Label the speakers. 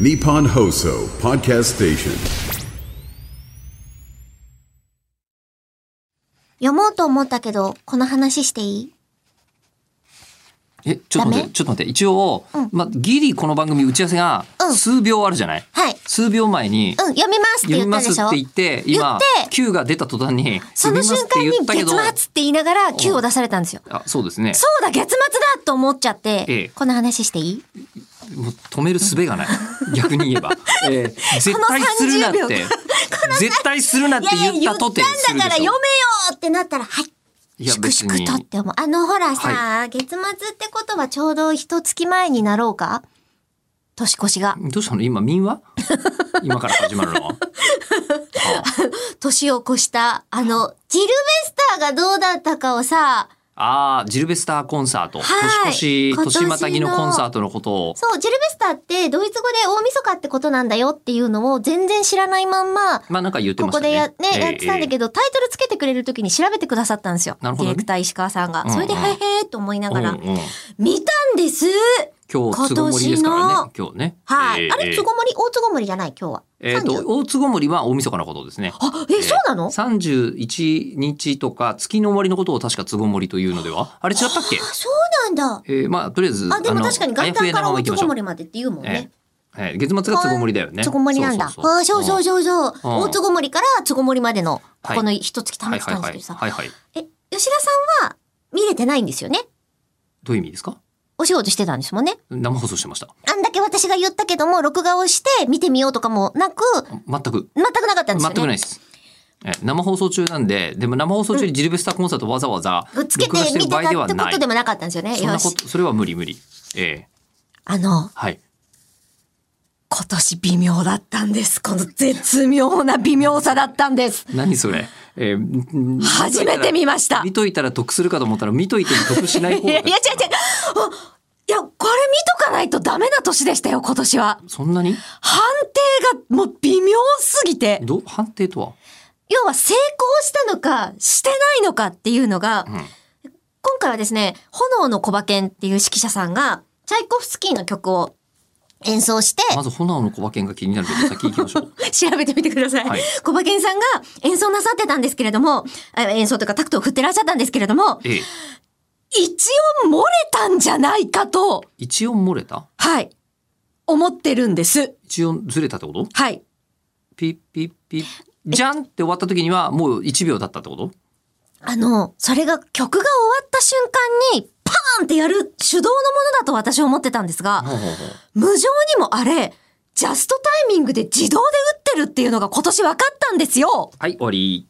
Speaker 1: Nippon Hoso Podcast Station.
Speaker 2: 読もうと思ったけど、この話していい
Speaker 3: え、ちょっと待っ
Speaker 2: ダメ
Speaker 3: て、ちょっと待って、一応、
Speaker 2: うん
Speaker 3: まあ、ギリこの番組打ち合わせが
Speaker 2: うん
Speaker 3: 数秒あるじゃない、
Speaker 2: はい。
Speaker 3: 数秒前に、
Speaker 2: うん、読みますって言
Speaker 3: 読み
Speaker 2: った
Speaker 3: ま
Speaker 2: です
Speaker 3: っ
Speaker 2: しょ
Speaker 3: て言って、今
Speaker 2: 言っ、て
Speaker 3: Q が出た途端に、
Speaker 2: その瞬間に
Speaker 3: 読みますって
Speaker 2: 月
Speaker 3: 言った
Speaker 2: 末
Speaker 3: け
Speaker 2: って言いながら Q を出されたんですよ。
Speaker 3: ど、あ、そうですね。
Speaker 2: そうだ、月末だと思っちゃって、
Speaker 3: ええ
Speaker 2: この話していい
Speaker 3: もう止める術がない。逆に言 えば。えー絶対するなっ
Speaker 2: この30
Speaker 3: て
Speaker 2: 秒。
Speaker 3: 絶対するなって言ったとて
Speaker 2: いやいや
Speaker 3: す
Speaker 2: 言った
Speaker 3: るで
Speaker 2: んだから
Speaker 3: し
Speaker 2: 読め
Speaker 3: ょ
Speaker 2: よ。うってなったら、はい。
Speaker 3: いや
Speaker 2: 粛
Speaker 3: 別
Speaker 2: 々
Speaker 3: に
Speaker 2: とって思う。あの、ほらさ、
Speaker 3: は
Speaker 2: 月末ってことはちょうど一月前になろうか年越しが。
Speaker 3: どうしたの今 民話今から始まるのは
Speaker 2: 年を越した、あの、ジルベスターがどうだったかをさ、
Speaker 3: ああージルベスターコンサート、
Speaker 2: はい今
Speaker 3: 年越
Speaker 2: 年
Speaker 3: し
Speaker 2: の
Speaker 3: 年またぎのコンサートのことを
Speaker 2: そう、ジルベスターってドイツ語で大晦日ってことなんだよっていうのを全然知らないまんま、
Speaker 3: まあなんか言って
Speaker 2: こ
Speaker 3: まし
Speaker 2: こ
Speaker 3: たね
Speaker 2: でや,、ね
Speaker 3: ええ
Speaker 2: やってたんだけど、タイトルつけてくれるときに調べてくださったんですよ。
Speaker 3: なるほど
Speaker 2: デ
Speaker 3: ね
Speaker 2: ィレクター石川さんが。
Speaker 3: んうん
Speaker 2: それで、へへーと思いながら、
Speaker 3: うんうん
Speaker 2: 見たんです
Speaker 3: 今日つごもりですからね今日ね
Speaker 2: はい。
Speaker 3: ええ
Speaker 2: あれ、つごもり、大つごもりじゃない、今日は。
Speaker 3: えっと
Speaker 2: 30
Speaker 3: 大つごもりは大晦日のことですね
Speaker 2: あ、え、そうなの
Speaker 3: 三十一日とか月の終わりのことを確かつごもりというのではあれ違ったっけ
Speaker 2: あそうなんだ。
Speaker 3: えー、まあとりあえず
Speaker 2: あ、でも
Speaker 3: の
Speaker 2: 確かに元
Speaker 3: あやふ
Speaker 2: 旦
Speaker 3: やな
Speaker 2: から
Speaker 3: まま
Speaker 2: 大
Speaker 3: いき
Speaker 2: つ
Speaker 3: まし
Speaker 2: ご
Speaker 3: ょ
Speaker 2: も
Speaker 3: う
Speaker 2: りまでって言うもん
Speaker 3: え
Speaker 2: ね。
Speaker 3: えええ月末がつごもりだよね
Speaker 2: つごもりなんだ。あ
Speaker 3: そうそう
Speaker 2: ー、
Speaker 3: そ
Speaker 2: そううそうそうそう。
Speaker 3: うん
Speaker 2: 大つごもりからつごもりまでの、ここの一月溜
Speaker 3: は
Speaker 2: め
Speaker 3: い
Speaker 2: て
Speaker 3: は
Speaker 2: たん
Speaker 3: い
Speaker 2: です
Speaker 3: は
Speaker 2: け
Speaker 3: い
Speaker 2: どさ。
Speaker 3: はいはい
Speaker 2: え、吉田さんは見れてないんですよね
Speaker 3: どういう意味ですか
Speaker 2: お仕事してたんですもんね。
Speaker 3: 生放送してました
Speaker 2: あんだけ私が言ったけども、録画をして見てみようとかもなく、
Speaker 3: 全く
Speaker 2: 全くなかったんですよ
Speaker 3: 全
Speaker 2: ね。
Speaker 3: くないです。え生放送中なんで、でも生放送中にジルベスターコンサートわざわざ
Speaker 2: くっつけて
Speaker 3: 録画して
Speaker 2: 見
Speaker 3: る
Speaker 2: てた
Speaker 3: 場合では
Speaker 2: ってこ
Speaker 3: ない。
Speaker 2: とでもなかったんですよね。
Speaker 3: そんな
Speaker 2: よ
Speaker 3: こ
Speaker 2: し。
Speaker 3: と、それは無理無理。ええ
Speaker 2: あの、
Speaker 3: はい。
Speaker 2: 今年微妙だったんです。この絶妙な微妙さだったんです。
Speaker 3: 何それ。ええん
Speaker 2: 初めて見ました
Speaker 3: 見といたら得するかと思ったら、見といても得しな い方
Speaker 2: い
Speaker 3: が
Speaker 2: や、いや違う違う。あいや、これ見とかないとダメな年でしたよ、今年は。
Speaker 3: そんなに
Speaker 2: 判定がもう微妙すぎて。
Speaker 3: ど判定とは、
Speaker 2: 要は成功したのか、してないのかっていうのが、
Speaker 3: うん
Speaker 2: 今回はですね、炎の小馬犬っていう指揮者さんが、チャイコフスキーの曲を演奏して、
Speaker 3: まず炎の小馬犬が気になるけど、先行きましょ う。
Speaker 2: 調べてみてください。
Speaker 3: はい
Speaker 2: 小馬犬さんが演奏なさってたんですけれども、あ演奏というかタクトを振ってらっしゃったんですけれども、
Speaker 3: ええ
Speaker 2: 一応漏れたんじゃないかと、
Speaker 3: 一音漏れた
Speaker 2: はい、思ってるんです。
Speaker 3: 一音ずれたってこと
Speaker 2: はい。
Speaker 3: ピッピッピッ。じゃんって終わった時には、もう1秒だったってこと
Speaker 2: あの、それが曲が終わった瞬間に、パーンってやる手動のものだと私は思ってたんですが、
Speaker 3: ほうほうほう
Speaker 2: 無情にもあれ、ジャストタイミングで自動で打ってるっていうのが今年分かったんですよ
Speaker 3: はい、終わり。